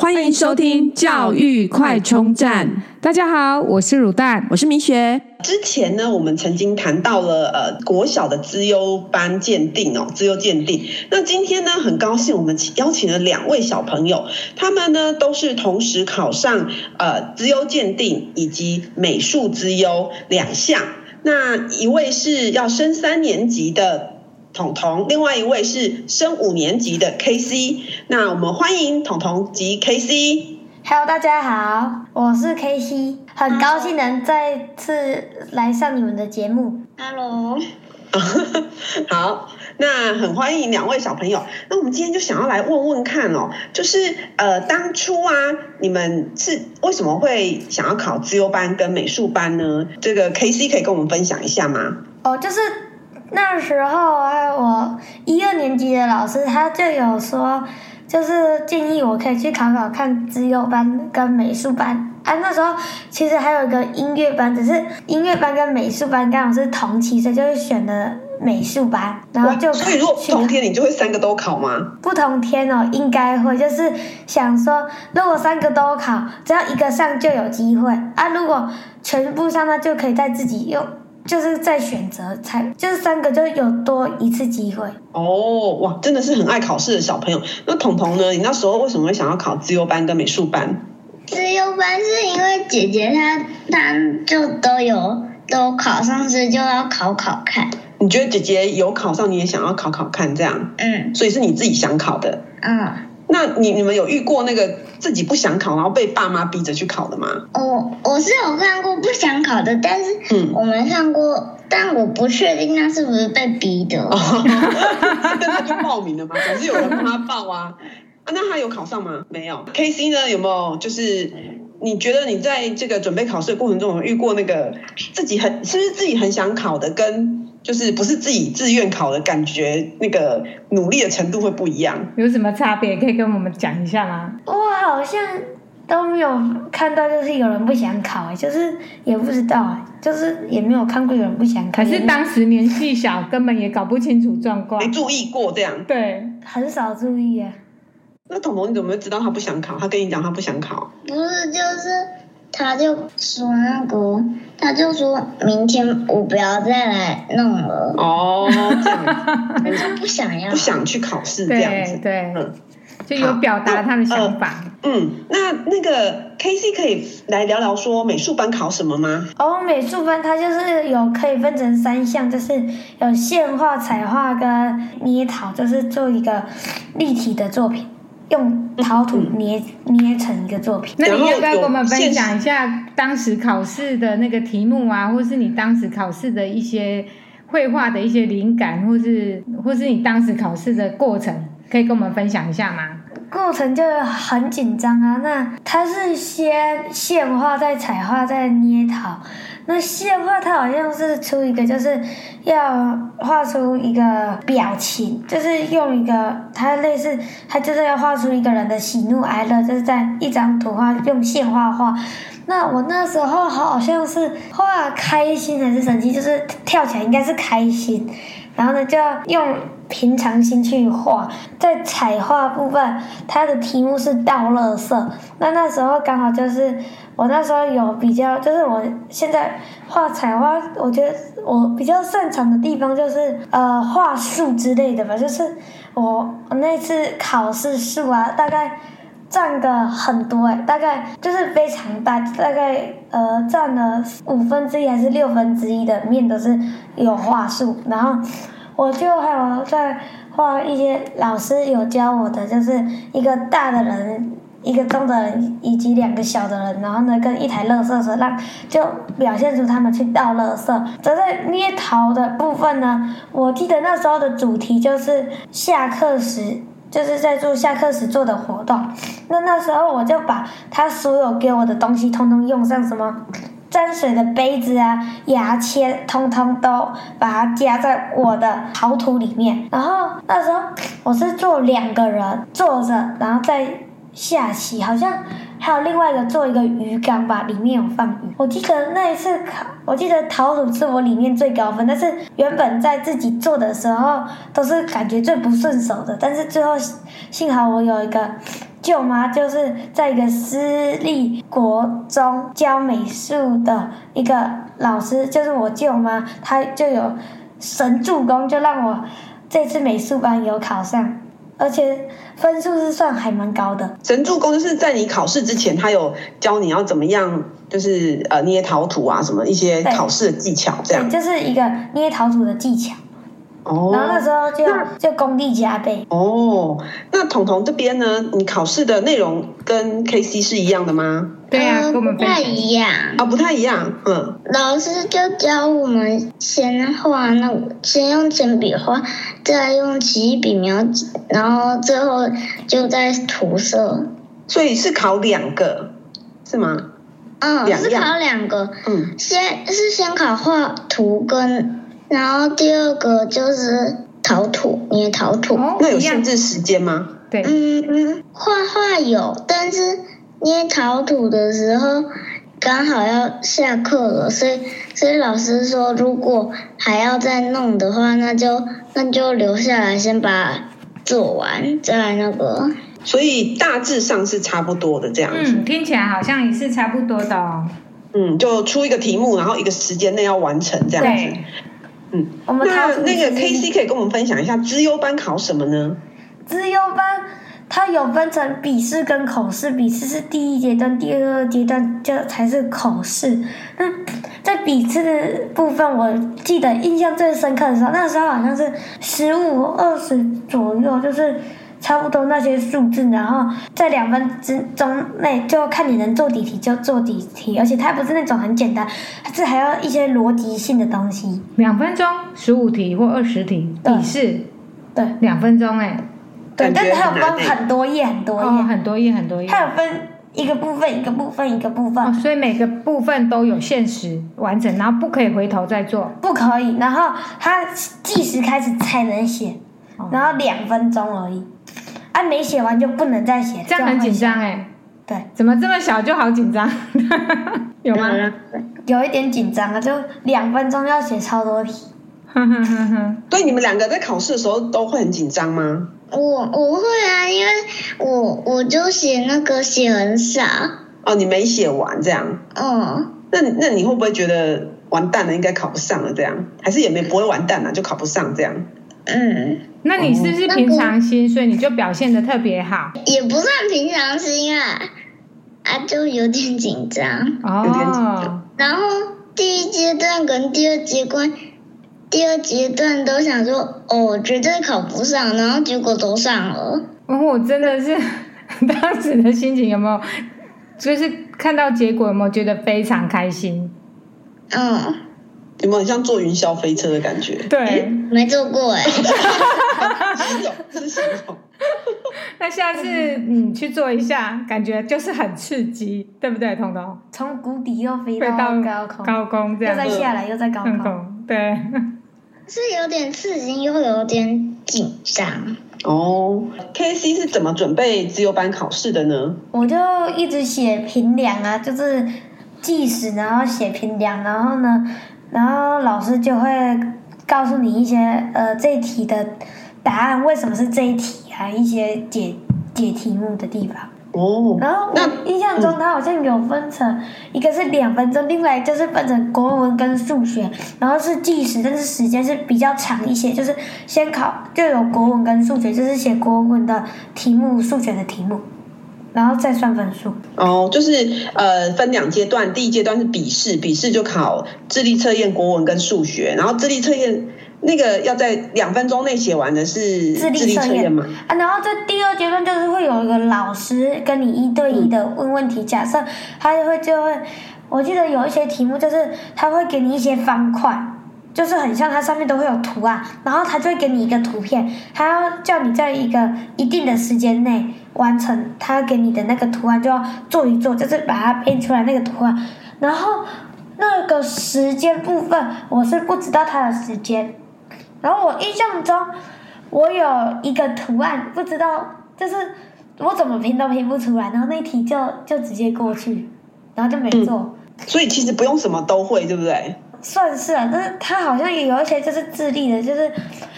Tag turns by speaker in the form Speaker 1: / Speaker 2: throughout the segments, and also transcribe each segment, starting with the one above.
Speaker 1: 欢迎收听教育快充站。
Speaker 2: 大家好，我是乳蛋。
Speaker 1: 我是明学，
Speaker 3: 之前呢，我们曾经谈到了呃国小的资优班鉴定哦，资优鉴定。那今天呢，很高兴我们请邀请了两位小朋友，他们呢都是同时考上呃资优鉴定以及美术资优两项。那一位是要升三年级的彤彤，另外一位是升五年级的 K C。那我们欢迎彤彤及 K C。
Speaker 4: Hello，大家好，我是 K C，很高兴能再次来上你们的节目。
Speaker 5: Hello，
Speaker 3: 好，那很欢迎两位小朋友。那我们今天就想要来问问看哦，就是呃，当初啊，你们是为什么会想要考自由班跟美术班呢？这个 K C 可以跟我们分享一下吗？
Speaker 4: 哦，就是那时候啊，我一二年级的老师他就有说，就是建议我可以去考考看资优班跟美术班。啊，那时候其实还有一个音乐班，只是音乐班跟美术班刚好是同期，所以就是选了美术班，然后就
Speaker 3: 哇所以如果
Speaker 4: 去考
Speaker 3: 同天，你就会三个都考吗？
Speaker 4: 不同天哦，应该会，就是想说，如果三个都考，只要一个上就有机会啊。如果全部上，那就可以再自己用，就是再选择才，就是三个就有多一次机会。
Speaker 3: 哦，哇，真的是很爱考试的小朋友。那彤彤呢？你那时候为什么会想要考自由班跟美术班？
Speaker 5: 自由班是因为姐姐她她就都有都考上，所以就要考考看。
Speaker 3: 你觉得姐姐有考上，你也想要考考看这样，
Speaker 5: 嗯
Speaker 3: 所以是你自己想考的。
Speaker 5: 嗯，
Speaker 3: 那你你们有遇过那个自己不想考，然后被爸妈逼着去考的吗？
Speaker 5: 我我是有看过不想考的，但是
Speaker 3: 嗯，
Speaker 5: 我没看过，但我不确定那是不是被逼的。
Speaker 3: 哦，跟他就报名了嘛，总是有人帮他报啊。啊，那他有考上吗？没有。K C 呢？有没有就是你觉得你在这个准备考试的过程中，有遇过那个自己很是不是自己很想考的，跟就是不是自己自愿考的感觉，那个努力的程度会不一样？
Speaker 2: 有什么差别可以跟我们讲一下吗？
Speaker 4: 我好像都没有看到，就是有人不想考、欸，就是也不知道、欸，就是也没有看过有人不想考，
Speaker 2: 可
Speaker 4: 也
Speaker 2: 是
Speaker 4: 没
Speaker 2: 当时年纪小，根本也搞不清楚状况
Speaker 3: 没。注意过这样。
Speaker 2: 对，
Speaker 4: 很少注意啊。
Speaker 3: 那彤彤你怎么会知道他不想考？他跟你讲他不想考，
Speaker 5: 不是，就是他就说那个，他就说明天我不要再来弄了，
Speaker 3: 哦，这样
Speaker 5: 他就不想要
Speaker 3: 不。想去考试这样子
Speaker 2: 对。对
Speaker 3: 嗯，
Speaker 2: 就有表达他的想法。
Speaker 3: 嗯，那那个 K C 可以来聊聊说美术班考什么吗？
Speaker 4: 哦，美术班它就是有可以分成三项，就是有线画、彩画跟捏陶，就是做一个立体的作品，用陶土捏捏成一个作品。
Speaker 2: 那
Speaker 3: 然
Speaker 2: 你
Speaker 3: 后
Speaker 2: 要不要
Speaker 3: 有
Speaker 2: 跟我们分
Speaker 3: 现
Speaker 2: 享一下当时考试的那个题目啊，或是你当时考试的一些绘画的一些灵感，或是或是你当时考试的过程，可以跟我们分享一下吗？
Speaker 4: 过程就很紧张啊。那它是先线画，再彩画，再捏陶。那线画它好像是出一个，就是要画出一个表情，就是用一个它类似，它就是要画出一个人的喜怒哀乐，就是在一张图画用线画画。那我那时候好像是画开心还是生气，就是跳起来应该是开心，然后呢就要用平常心去画。在彩画部分，它的题目是倒垃圾。那那时候刚好就是我那时候有比较，就是我现在画彩画，我觉得我比较擅长的地方就是呃画树之类的吧，就是我我那次考试树啊，大概。占个很多哎、大概就是非常大，大概呃占了五分之一还是六分之一的面都是有画树，然后我就还有在画一些老师有教我的，就是一个大的人。一个中的人以及两个小的人，然后呢，跟一台垃圾车，让就表现出他们去倒垃圾。则在捏陶的部分呢，我记得那时候的主题就是下课时就是在做下课时做的活动。那那时候我就把他所有给我的东西通通用上，什么沾水的杯子啊、牙签，通通都把它加在我的陶土里面。然后那时候我是做两个人坐着，然后再下棋，好像还有另外一个做一个鱼缸吧，里面有放鱼。我记得那一次考，我记得陶土是我里面最高分，但是原本在自己做的时候都是感觉最不顺手的，但是最后幸好我有一个。舅妈就是在一个私立国中教美术的一个老师，就是我舅妈，她就有神助攻，就让我这次美术班有考上，而且分数是算还蛮高的。
Speaker 3: 神助攻就是在你考试之前，他有教你要怎么样，就是呃捏陶土啊，什么一些
Speaker 4: 对
Speaker 3: 考试的技巧这
Speaker 4: 对，
Speaker 3: 样。
Speaker 4: 就是一个捏陶土的技巧。
Speaker 3: 哦，
Speaker 4: 然后那时候就
Speaker 3: 那
Speaker 4: 就功力加倍，
Speaker 3: 哦，那彤彤这边呢？你考试的内容跟 K C 是一样的吗？
Speaker 2: 对啊，
Speaker 5: 嗯
Speaker 2: 跟我们
Speaker 5: 不
Speaker 2: 分
Speaker 5: 太
Speaker 2: 享。
Speaker 5: 一样。
Speaker 3: 啊，不太一样，嗯，
Speaker 5: 老师就教我们先画那个，先用铅笔画，再用起笔描，然后最后就再涂色。
Speaker 3: 所以是考两个，是吗？
Speaker 5: 嗯，
Speaker 3: 两
Speaker 5: 是
Speaker 3: 样
Speaker 5: 考两个，
Speaker 3: 嗯，
Speaker 5: 先是先考画图跟，然后第二个就是陶土捏陶土。
Speaker 2: 哦
Speaker 3: 那有
Speaker 2: 一样
Speaker 3: 限制时间吗？
Speaker 2: 对，
Speaker 5: 嗯嗯，画画有，但是捏陶土的时候刚好要下课了，所以所以老师说，如果还要再弄的话，那就那就留下来先把它做完，再来那个。
Speaker 3: 所以大致上是差不多的这样子。
Speaker 2: 嗯，听起来好像也是差不多的哦。
Speaker 3: 嗯就出一个题目，然后一个时间内要完成这样子
Speaker 2: 对。，
Speaker 4: 我们
Speaker 3: 那
Speaker 4: 陶土
Speaker 3: 啊那个
Speaker 4: 其
Speaker 3: K
Speaker 4: 实
Speaker 3: C 可以跟我们分享一下资优班考什么呢？
Speaker 4: 资优班它有分成笔试跟口试，笔试是第一阶段，第二阶段就才是口试。那在笔试的部分，我记得印象最深刻的时候，那时候好像是十五二十左右，就是。差不多那些数字，然后在两分之中内就看你能做几题就做几题，而且它不是那种很简单，它是还要一些逻辑性的东西。
Speaker 2: 两分钟十五题或二十题，
Speaker 4: 对
Speaker 2: 笔试
Speaker 4: 对
Speaker 2: 两分钟哎，
Speaker 4: 对，
Speaker 3: 感
Speaker 4: 但
Speaker 3: 觉
Speaker 4: 是它有
Speaker 3: 很难
Speaker 4: 分
Speaker 3: 欸
Speaker 4: 很多页很多页，
Speaker 2: 哦，很多页很多页。
Speaker 4: 它有分一个部分一个部分一个部分，
Speaker 2: 哦，所以每个部分都有限时完成，然后不可以回头再做。
Speaker 4: 不可以。然后它计时开始才能写，
Speaker 2: 哦
Speaker 4: 然后两分钟而已。啊，没写完就不能再写，
Speaker 2: 这样很紧张哎，
Speaker 4: 就会写。
Speaker 2: 怎么这么小就好紧张？ 有吗？
Speaker 4: 对，有一点紧张啊，就两分钟要写超多题。
Speaker 2: 哼哼哼哼，
Speaker 3: 所以你们两个在考试的时候都会很紧张吗？
Speaker 5: 我我会啊，因为我我就写那个写很少，
Speaker 3: 哦，你没写完这样，
Speaker 5: 嗯，
Speaker 3: 那你那你会不会觉得完蛋了，应该考不上了这样？还是也没不会完蛋了，啊就考不上这样？
Speaker 5: 嗯，
Speaker 2: 那你是不是平常心，所以你就表现的特别好？
Speaker 5: 也不算平常心啊，啊，就有点紧张。
Speaker 3: 有点紧
Speaker 2: 哦
Speaker 3: 张，
Speaker 5: 然后第一阶段跟第二阶段，第二阶段都想说，哦，我绝对考不上，然后结果都上了。
Speaker 2: 哦我真的是 当时的心情有没有？就是看到结果有没有觉得非常开心？
Speaker 5: 嗯，
Speaker 3: 有没有很像坐云霄飞车的感 觉？
Speaker 2: 对，
Speaker 5: 没做过哎、
Speaker 3: 形容是形容。
Speaker 2: 那下次嗯去做一下，感觉就是很刺激，对不对，彤彤？
Speaker 4: 从谷底又飞
Speaker 2: 会到
Speaker 4: 高空，
Speaker 2: 高空这
Speaker 4: 又
Speaker 2: 样嗯
Speaker 4: 再
Speaker 2: 子，
Speaker 4: 下来，又再高
Speaker 2: 空
Speaker 4: 空。
Speaker 2: 对。
Speaker 5: 是有点刺激，又有点紧张。
Speaker 3: 哦，K C 是怎么准备自由班考试的呢？
Speaker 4: 我就一直写评量啊，就是计时，然后写评量，然后呢，然后老师就会告诉你一些呃这一题的答案为什么是这一题啊，一些解解题目的地方。
Speaker 3: 哦，
Speaker 4: 然后
Speaker 3: 那
Speaker 4: 我印象中它好像有分成一个是两分钟，另外就是分成国文跟数学，然后是计时，但是时间是比较长一些，就是先考就有国文跟数学，就是写国文的题目、数学的题目，然后再算分数。
Speaker 3: 哦，就是呃，分两阶段，第一阶段是笔试，笔试就考智力测验、国文跟数学，然后智力测验那个要在两分钟内写完的是
Speaker 4: 智力
Speaker 3: 智力
Speaker 4: 测
Speaker 3: 测验
Speaker 4: 验
Speaker 3: 嘛？
Speaker 4: 啊，然后这第二阶段就是会有一个老师跟你一对一的问问题，假设他就会就会，我记得有一些题目就是他会给你一些方块，就是很像它上面都会有图案，然后他就会给你一个图片，他要叫你在一个一定的时间内完成他给你的那个图案，就要做一做，就是把它编出来那个图案，然后那个时间部分我是不知道它的时间。然后我印象中，我有一个图案，不知道就是我怎么拼都拼不出来，然后那题就就直接过去，然后就没做。
Speaker 3: 所以其实不用什么都会，对不对？
Speaker 4: 算是啊，但是他好像也有一些就是智力的，就是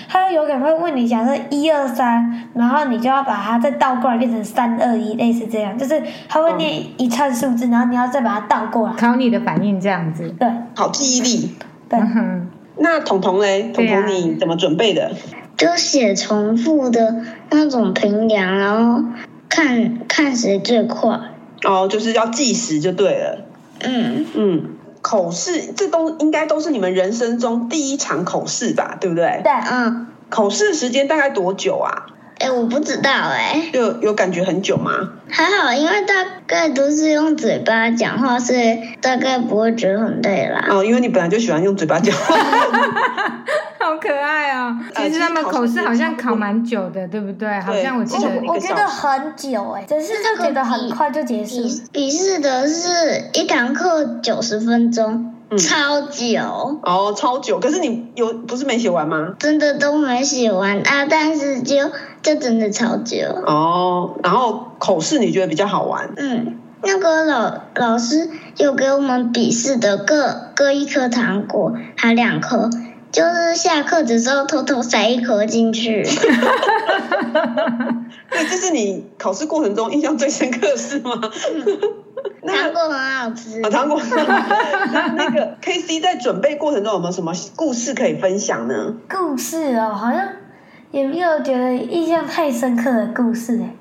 Speaker 4: 他有可能会问你，假设一二三，然后你就要把它再倒过来变成三二一，类似这样，就是他会念一串数字，然后你要再把它倒过来。
Speaker 2: 考你的反应这样子。
Speaker 4: 对
Speaker 3: 好记忆力。
Speaker 4: 对，
Speaker 2: 嗯哼
Speaker 3: 那彤彤嘞，彤
Speaker 2: 对啊
Speaker 3: 彤你怎么准备的？
Speaker 5: 就写重复的那种评量，然后看看谁最快。
Speaker 3: 哦，就是要计时就对了。
Speaker 5: 嗯，
Speaker 3: 嗯，口试这都应该都是你们人生中第一场口试吧，对不对？
Speaker 4: 对，
Speaker 5: 嗯，
Speaker 3: 口试时间大概多久啊？
Speaker 5: 哎、我不知道哎、
Speaker 3: 有有感觉很久吗？
Speaker 5: 还好，因为大概都是用嘴巴讲话，所以大概不会觉得很累啦。
Speaker 3: 哦，因为你本来就喜欢用嘴巴讲话。
Speaker 2: 好可爱哦！
Speaker 3: 呃
Speaker 2: 其实
Speaker 3: 其实
Speaker 2: 他们
Speaker 3: 考
Speaker 2: 口
Speaker 3: 试
Speaker 2: 试
Speaker 3: 也
Speaker 2: 好像
Speaker 3: 差不
Speaker 2: 考
Speaker 3: 多
Speaker 2: 蛮久的，对不对？好像我记
Speaker 3: 对
Speaker 2: 得
Speaker 3: 一
Speaker 4: 我
Speaker 3: 个
Speaker 4: 我觉得
Speaker 3: 小时
Speaker 4: 很久哎、只是就觉得很快就结束。
Speaker 5: 笔笔试的是一堂课九十分钟，
Speaker 3: 嗯
Speaker 5: 超久，
Speaker 3: 哦，超久。可是你有不是没写完吗？
Speaker 5: 真的都没写完啊！但是就就真的超久。
Speaker 3: 哦，然后口试你觉得比较好玩？
Speaker 5: 嗯，那个老老师有给我们笔试的各各一颗糖果，还两颗，就是下课的时候偷偷塞一颗进去。
Speaker 3: 对，这是你考试过程中印象最深刻的事吗？
Speaker 5: 糖果很好吃
Speaker 3: 啊，，糖果。 那那个 K C 在准备过程中有没有什么故事可以分享呢？
Speaker 4: 故事哦，好像也没有觉得印象太深刻的故事哎、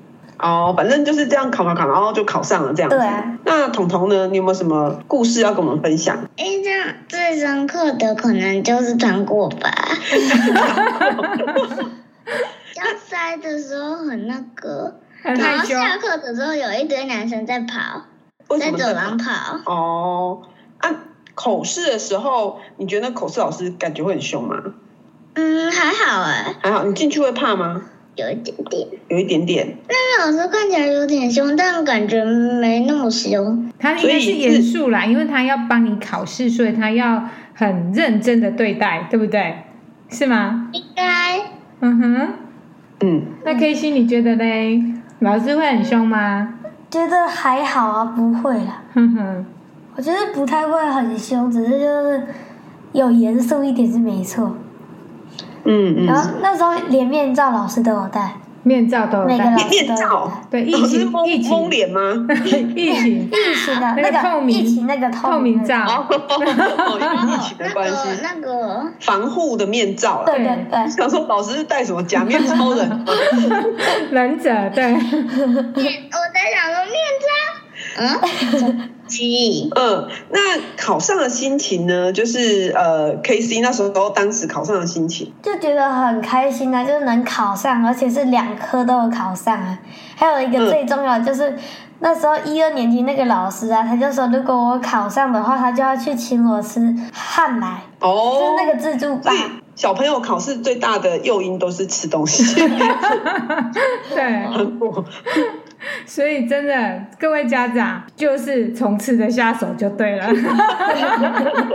Speaker 3: 哦，反正就是这样考考考，然后就考上了这样子。
Speaker 4: 对啊
Speaker 3: 那彤彤呢？你有没有什么故事要跟我们分享？
Speaker 5: 印象哎最深刻的可能就是糖果吧。 要塞的时候很那个，
Speaker 2: 很
Speaker 5: 然
Speaker 2: 害
Speaker 5: 后
Speaker 2: 羞。
Speaker 5: 下课的时候有一堆男生在跑，
Speaker 3: 为什
Speaker 5: 在
Speaker 3: 么
Speaker 5: 走
Speaker 3: 在
Speaker 5: 廊跑，
Speaker 3: 哦，啊，口试的时候，你觉得那口试老师感觉会很凶吗？
Speaker 5: 嗯，还好哎、
Speaker 3: 还好，你进去会怕吗？
Speaker 5: 有一点点。
Speaker 3: 有一点点。
Speaker 5: 那老师看起来有点凶，但感觉没那么凶。
Speaker 2: 他应该
Speaker 3: 所
Speaker 2: 是
Speaker 3: 以
Speaker 2: 严肃啦，因为他要帮你考试，所以他要很认真的对待，对不对？是吗？
Speaker 5: 应该
Speaker 2: 嗯哼。
Speaker 3: 嗯，
Speaker 2: 那 K 心你觉得嘞？老师会很凶吗？
Speaker 4: 觉得还好啊，不会啦。
Speaker 2: 哼哼。
Speaker 4: 我觉得不太会很凶，只是就是有严肃一点是没错。
Speaker 3: 嗯嗯，
Speaker 4: 然后那时候连面罩老师都有戴，
Speaker 2: 面罩都有
Speaker 4: 每个
Speaker 2: 戴
Speaker 4: 老。
Speaker 3: 面
Speaker 4: 师都
Speaker 3: 面
Speaker 4: 有
Speaker 3: 罩
Speaker 4: 戴。
Speaker 2: 对，呃疫
Speaker 3: 老师
Speaker 2: 情
Speaker 3: 哦蒙
Speaker 2: 疫
Speaker 3: 蒙
Speaker 2: 情
Speaker 3: 脸吗？
Speaker 2: 疫情
Speaker 4: 疫情的
Speaker 2: 那个透明
Speaker 4: 疫情那个
Speaker 2: 透
Speaker 4: 明
Speaker 2: 明
Speaker 4: 的，
Speaker 3: 哦
Speaker 2: 罩，，
Speaker 3: 因为疫
Speaker 5: 哦
Speaker 3: 情，的
Speaker 5: 那
Speaker 3: 关
Speaker 5: 个
Speaker 3: 系，
Speaker 5: 那个
Speaker 3: 防护的面罩啦。
Speaker 4: 对对对，
Speaker 3: 想说老师是戴什么假面超人吗？
Speaker 2: 忍者对，
Speaker 5: 面，我在想说面 罩，嗯，鸡，
Speaker 3: 嗯，那考上的心情呢？就是呃，K C 那时候当时考上的心情，
Speaker 4: 就觉得很开心啊，就是能考上，而且是两科都有考上啊。还有一个
Speaker 3: 嗯
Speaker 4: 最重要的就是、那时候一二年级那个老师啊，他就说如果我考上的话，他就要去请我吃汉来，就
Speaker 3: 哦
Speaker 4: 是，那个自助吧
Speaker 3: 所。以
Speaker 2: 哦
Speaker 3: 小朋友考试最大的诱因都是吃东西，
Speaker 2: 对，
Speaker 3: 糖果。
Speaker 2: 所以真的各位家长就是从吃的下手就对了。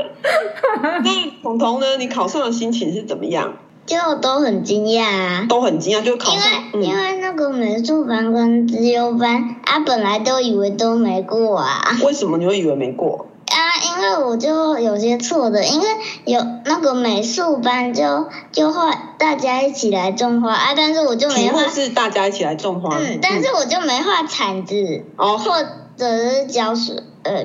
Speaker 3: 那彤彤呢？你考上的心情是怎么样？
Speaker 5: 就都很惊讶啊。
Speaker 3: 都很惊讶，就考
Speaker 5: 因
Speaker 3: 上，
Speaker 5: 为因
Speaker 3: 嗯，
Speaker 5: 为那个美术班跟资优班啊，本来都以为都没过啊
Speaker 3: 嗯为什么你会以为没过？
Speaker 5: 啊，因为我就有些错的，因为有那个美术班就就画大家一起来种花啊，但是我就
Speaker 3: 题
Speaker 5: 没
Speaker 3: 目
Speaker 5: 画，
Speaker 3: 是大家一起来种花，
Speaker 5: 嗯，但是我就没画铲子
Speaker 3: 哦
Speaker 5: 或者是浇水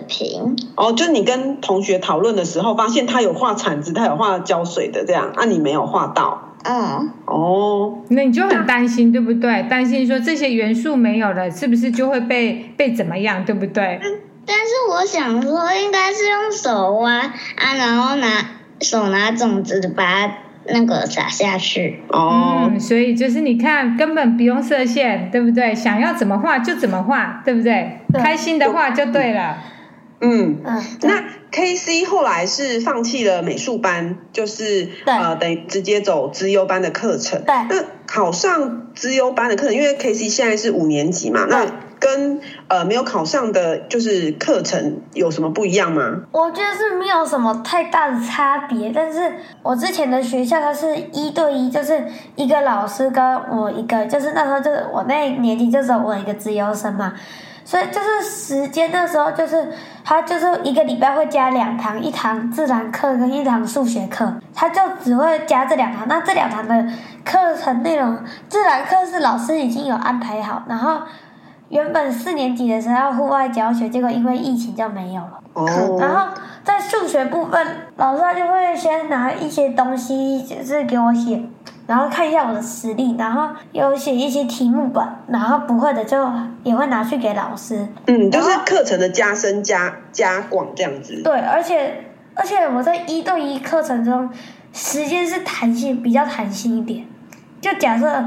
Speaker 5: 瓶，
Speaker 3: 哦，就你跟同学讨论的时候，发现他有画铲子，他有画浇水的这样，啊，你没有画到，
Speaker 5: 嗯，
Speaker 3: 哦，
Speaker 2: 那你就很担心，对不对？担心说这些元素没有了，是不是就会被被怎么样，对不对？
Speaker 5: 但是我想说应该是用手挖啊，然后拿手拿种子把它那个撒下去，
Speaker 3: 哦，
Speaker 2: 嗯，所以就是你看，根本不用设限，对不对？想要怎么画就怎么画，对不对？
Speaker 4: 对
Speaker 2: 开心的画就对了。
Speaker 3: 嗯，
Speaker 4: 嗯，
Speaker 3: 那 K C 后来是放弃了美术班，就是
Speaker 4: 对
Speaker 3: 呃，等于直接走资优班的课程。
Speaker 4: 对
Speaker 3: 那考上资优班的课程，因为 K C 现在是五年级嘛，那跟呃没有考上的就是课程有什么不一样吗？
Speaker 4: 我觉得是没有什么太大的差别，但是我之前的学校它是一对一，就是一个老师跟我一个，就是那时候就是我那一年级就只有我一个资优生嘛，所以就是时间那时候就是他就是一个礼拜会加两堂，一堂自然课跟一堂数学课，他就只会加这两堂。那这两堂的课程内容，自然课是老师已经有安排好，然后原本四年级的时候要户外教学，结果因为疫情就没有了。然
Speaker 3: 哦，
Speaker 4: 后在数学部分，老师他就会先拿一些东西，就是给我写，然后看一下我的实力，然后有写一些题目本，然后不会的就也会拿去给老师。
Speaker 3: 嗯，就是课程的加深加加广这样子。
Speaker 4: 对，而且而且我在一对一课程中，时间是弹性比较弹性一点，就假设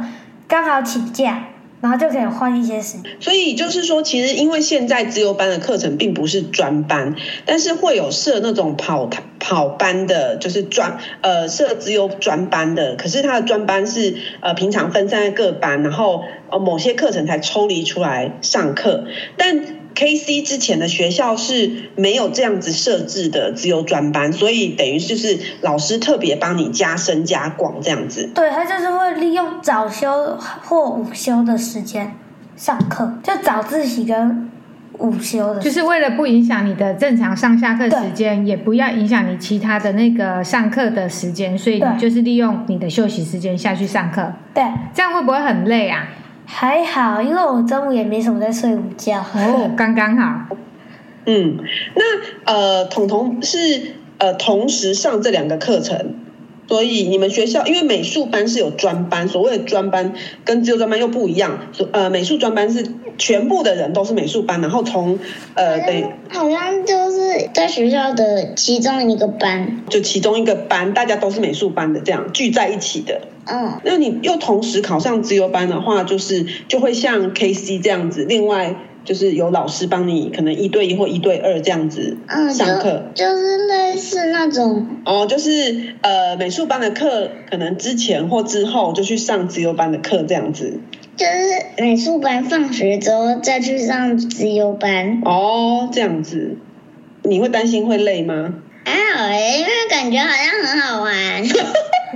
Speaker 4: 刚好请假，然后就可以换一些时间。
Speaker 3: 所以就是说，其实因为现在自由班的课程并不是专班，但是会有设那种跑跑班的，就是专呃设自由专班的。可是他的专班是呃平常分散在各班，然后呃某些课程才抽离出来上课。但 K C 之前的学校是没有这样子设置的自由专班，所以等于就是老师特别帮你加深加广这样子。
Speaker 4: 对他就是会利用早休或午休的时间上课，就早自习跟午休的时
Speaker 2: 就
Speaker 4: 间。
Speaker 2: 是为了不影响你的正常上下课时间，也不要影响你其他的那个上课的时间，所以
Speaker 4: 对
Speaker 2: 你就是利用你的休息时间下去上课，
Speaker 4: 对，
Speaker 2: 这样会不会很累啊？
Speaker 4: 还好，因为我中午也没什么在睡午觉。
Speaker 2: 哦，刚刚好，
Speaker 3: 嗯，那呃，彤彤是呃同时上这两个课程，所以你们学校因为美术班是有专班，所谓的专班跟自由专班又不一样。所呃，美术专班是全部的人都是美术班，然后从呃等于
Speaker 5: 好像就是在学校的其中一个班，
Speaker 3: 就其中一个班大家都是美术班的这样聚在一起的。
Speaker 5: 嗯，
Speaker 3: 那你又同时考上自由班的话，就是就会像 K C 这样子，另外就是有老师帮你可能一对一或一对二这样子
Speaker 5: 嗯，就
Speaker 3: 上课。
Speaker 5: 就是类似那种，
Speaker 3: 哦，就是呃，美术班的课可能之前或之后就去上自由班的课这样子。
Speaker 5: 就是美术班放学之后再去上自由班，
Speaker 3: 哦，这样子，你会担心会累吗？
Speaker 5: 还好诶，因为感觉好像很好玩。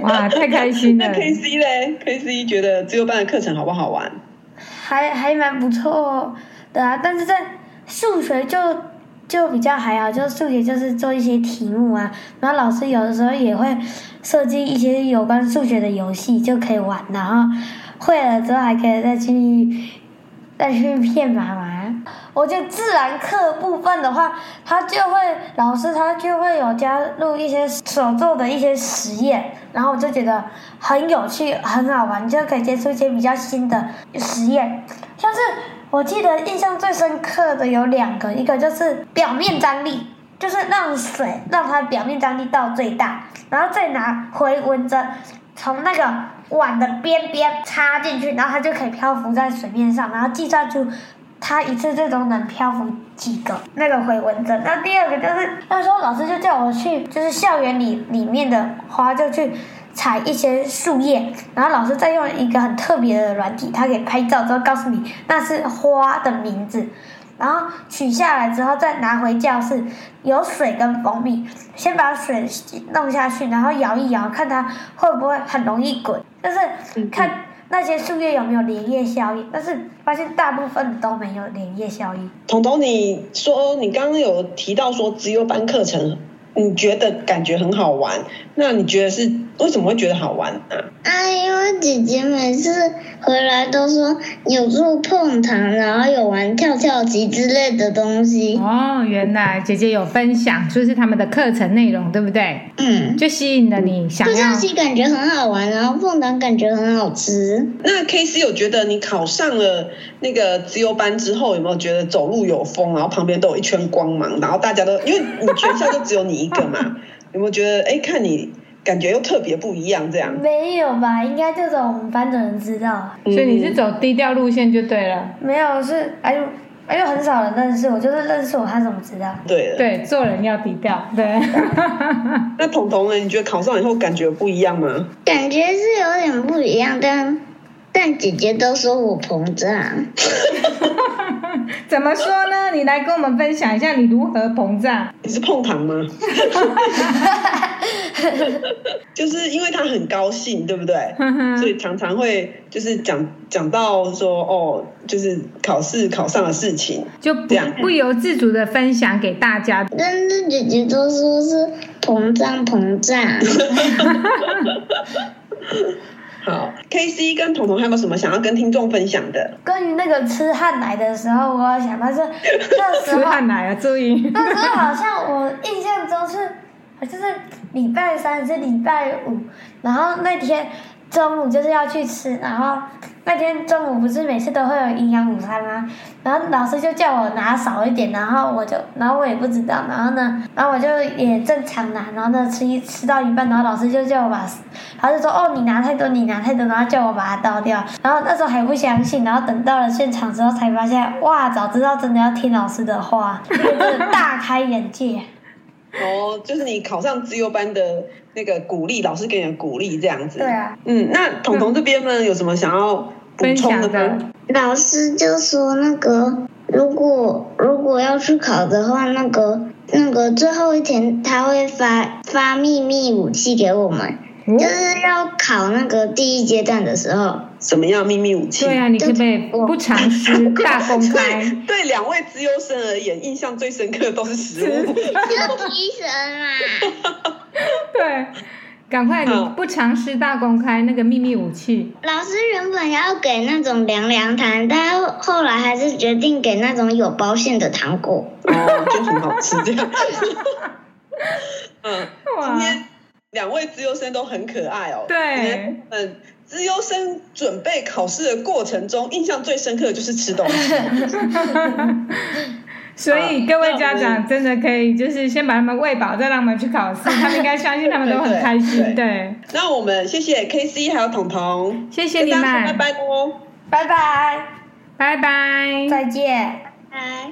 Speaker 2: 哇，太开心
Speaker 3: 那
Speaker 2: 了！
Speaker 3: K C 嘞？K C 觉得自由班的课程好不好玩？
Speaker 4: 还还蛮不错的啊，但是在数学就就比较还好，就数学就是做一些题目啊，然后老师有的时候也会设计一些有关数学的游戏就可以玩，然后会了之后还可以再去再去骗妈妈。我觉得自然课部分的话，他就会老师他就会有加入一些手做的一些实验，然后我就觉得很有趣、很好玩，就可以接触一些比较新的实验。像是我记得印象最深刻的有两个，一个就是表面张力，就是让水让它表面张力到最大，然后再拿回纹针从那个碗的边边插进去，然后它就可以漂浮在水面上，然后计算出它一次最终能漂浮几个那个回纹针。那第二个就是那时候老师就叫我去，就是校园里里面的花就去。采一些树叶，然后老师再用一个很特别的软体，它可以拍照之后告诉你那是花的名字，然后取下来之后再拿回教室，有水跟蜂蜜，先把水弄下去，然后摇一摇，看它会不会很容易滚，就是看那些树叶有没有连叶效应，但是发现大部分都没有连叶效应。
Speaker 3: 彤彤，你说你刚刚有提到说自由班课程，你觉得感觉很好玩，那你觉得是为什么会觉得好玩啊？
Speaker 5: 啊，因为姐姐每次回来都说有做碰糖，然后有玩跳跳棋之类的东西。
Speaker 2: 哦，原来姐姐有分享，就是他们的课程内容，对不对？
Speaker 5: 嗯，
Speaker 2: 就吸引了你想
Speaker 5: 跳
Speaker 2: 要
Speaker 5: 跳棋感觉很好玩，然后碰糖感觉很好吃。
Speaker 3: 那 K C 有觉得你考上了那个自由班之后，有没有觉得走路有风，然后旁边都有一圈光芒，然后大家都因为你全校就只有你一个嘛，有没有觉得哎、诶看你感觉又特别不一样这样？
Speaker 4: 没有吧？应该就是我们班的人知道，
Speaker 2: 所以你是走低调路线就对了。
Speaker 4: 没有是哎呦哎呦很少人认识我，就是认识我，他怎么知道？
Speaker 3: 对了，
Speaker 2: 对，做人要低调。对，
Speaker 3: 那彤彤呢？你觉得考上以后感觉不一样吗？
Speaker 5: 感觉是有点不一样，但但姐姐都说我膨胀，
Speaker 2: 怎么说呢？你来跟我们分享一下你如何膨胀。
Speaker 3: 你是碰糖吗？就是因为他很高兴，对不对？
Speaker 2: 哈哈
Speaker 3: 所以常常会就是讲讲到说哦，就是考试考上的事情，
Speaker 2: 就不
Speaker 3: 这样
Speaker 2: 不由自主的分享给大家。
Speaker 5: 但是姐姐都说是膨胀膨胀，
Speaker 3: 好，K C 跟彤彤还有没有什么想要跟听众分享的？
Speaker 4: 关于那个吃汉奶的时候，我有想 到是那时
Speaker 2: 吃
Speaker 4: 候，！
Speaker 2: 汉奶啊，注意
Speaker 4: 那时候好像我印象中是，就是礼拜三还是礼拜五，然后那天中午就是要去吃，然后那天中午不是每次都会有营养午餐吗？然后老师就叫我拿少一点，然后我就，然后我也不知道，然后呢，然后我就也正常拿，然后呢吃一吃到一半，然后老师就叫我把，他就说哦你拿太多，你拿太多，然后叫我把它倒掉，然后那时候还不相信，然后等到了现场之后才发现，哇，早知道真的要听老师的话，真的大开眼界。
Speaker 3: 哦，就是你考上资优班的那个鼓励，老师给你的鼓励这样子。
Speaker 4: 对啊，
Speaker 3: 嗯，那彤彤这边呢，有什么想要补
Speaker 2: 分
Speaker 3: 充
Speaker 2: 享
Speaker 3: 的
Speaker 2: 的
Speaker 3: 吗？
Speaker 5: 老师就说那个如果如果要去考的话，那个那个最后一天他会发发秘密武器给我们，
Speaker 2: 哦
Speaker 5: 就是要考那个第一阶段的时候。
Speaker 3: 什么样秘密武器？
Speaker 2: 对啊，你可不可以
Speaker 5: 我
Speaker 2: 不藏私，大公开？
Speaker 3: 对对，两位资优生而言，印象最深刻的都是食物。
Speaker 5: 就提神啦，
Speaker 2: 对，赶快你
Speaker 3: 好
Speaker 2: 不藏私，大公开那个秘密武器。
Speaker 5: 老师原本要给那种凉凉糖，但后来还是决定给那种有包馅的糖果。
Speaker 3: 哦，就很好吃这 样。嗯，今
Speaker 2: 哇，
Speaker 3: 天两位资优生都很可爱哦。
Speaker 2: 对，
Speaker 3: 嗯，资优生准备考试的过程中，印象最深刻的就是吃东西。
Speaker 2: 所以各位家
Speaker 3: 那我
Speaker 2: 长真的可以，就是先把他们喂饱，再让他们去考试。他们应该相信他们都很开心。
Speaker 3: 对对
Speaker 2: 对，
Speaker 3: 那我们谢谢 K C 还有彤彤，
Speaker 2: 谢谢你
Speaker 3: 跟
Speaker 2: 们，
Speaker 3: 大家说拜拜哦。
Speaker 4: 拜拜，
Speaker 2: 拜拜。
Speaker 4: 再见，
Speaker 5: 拜。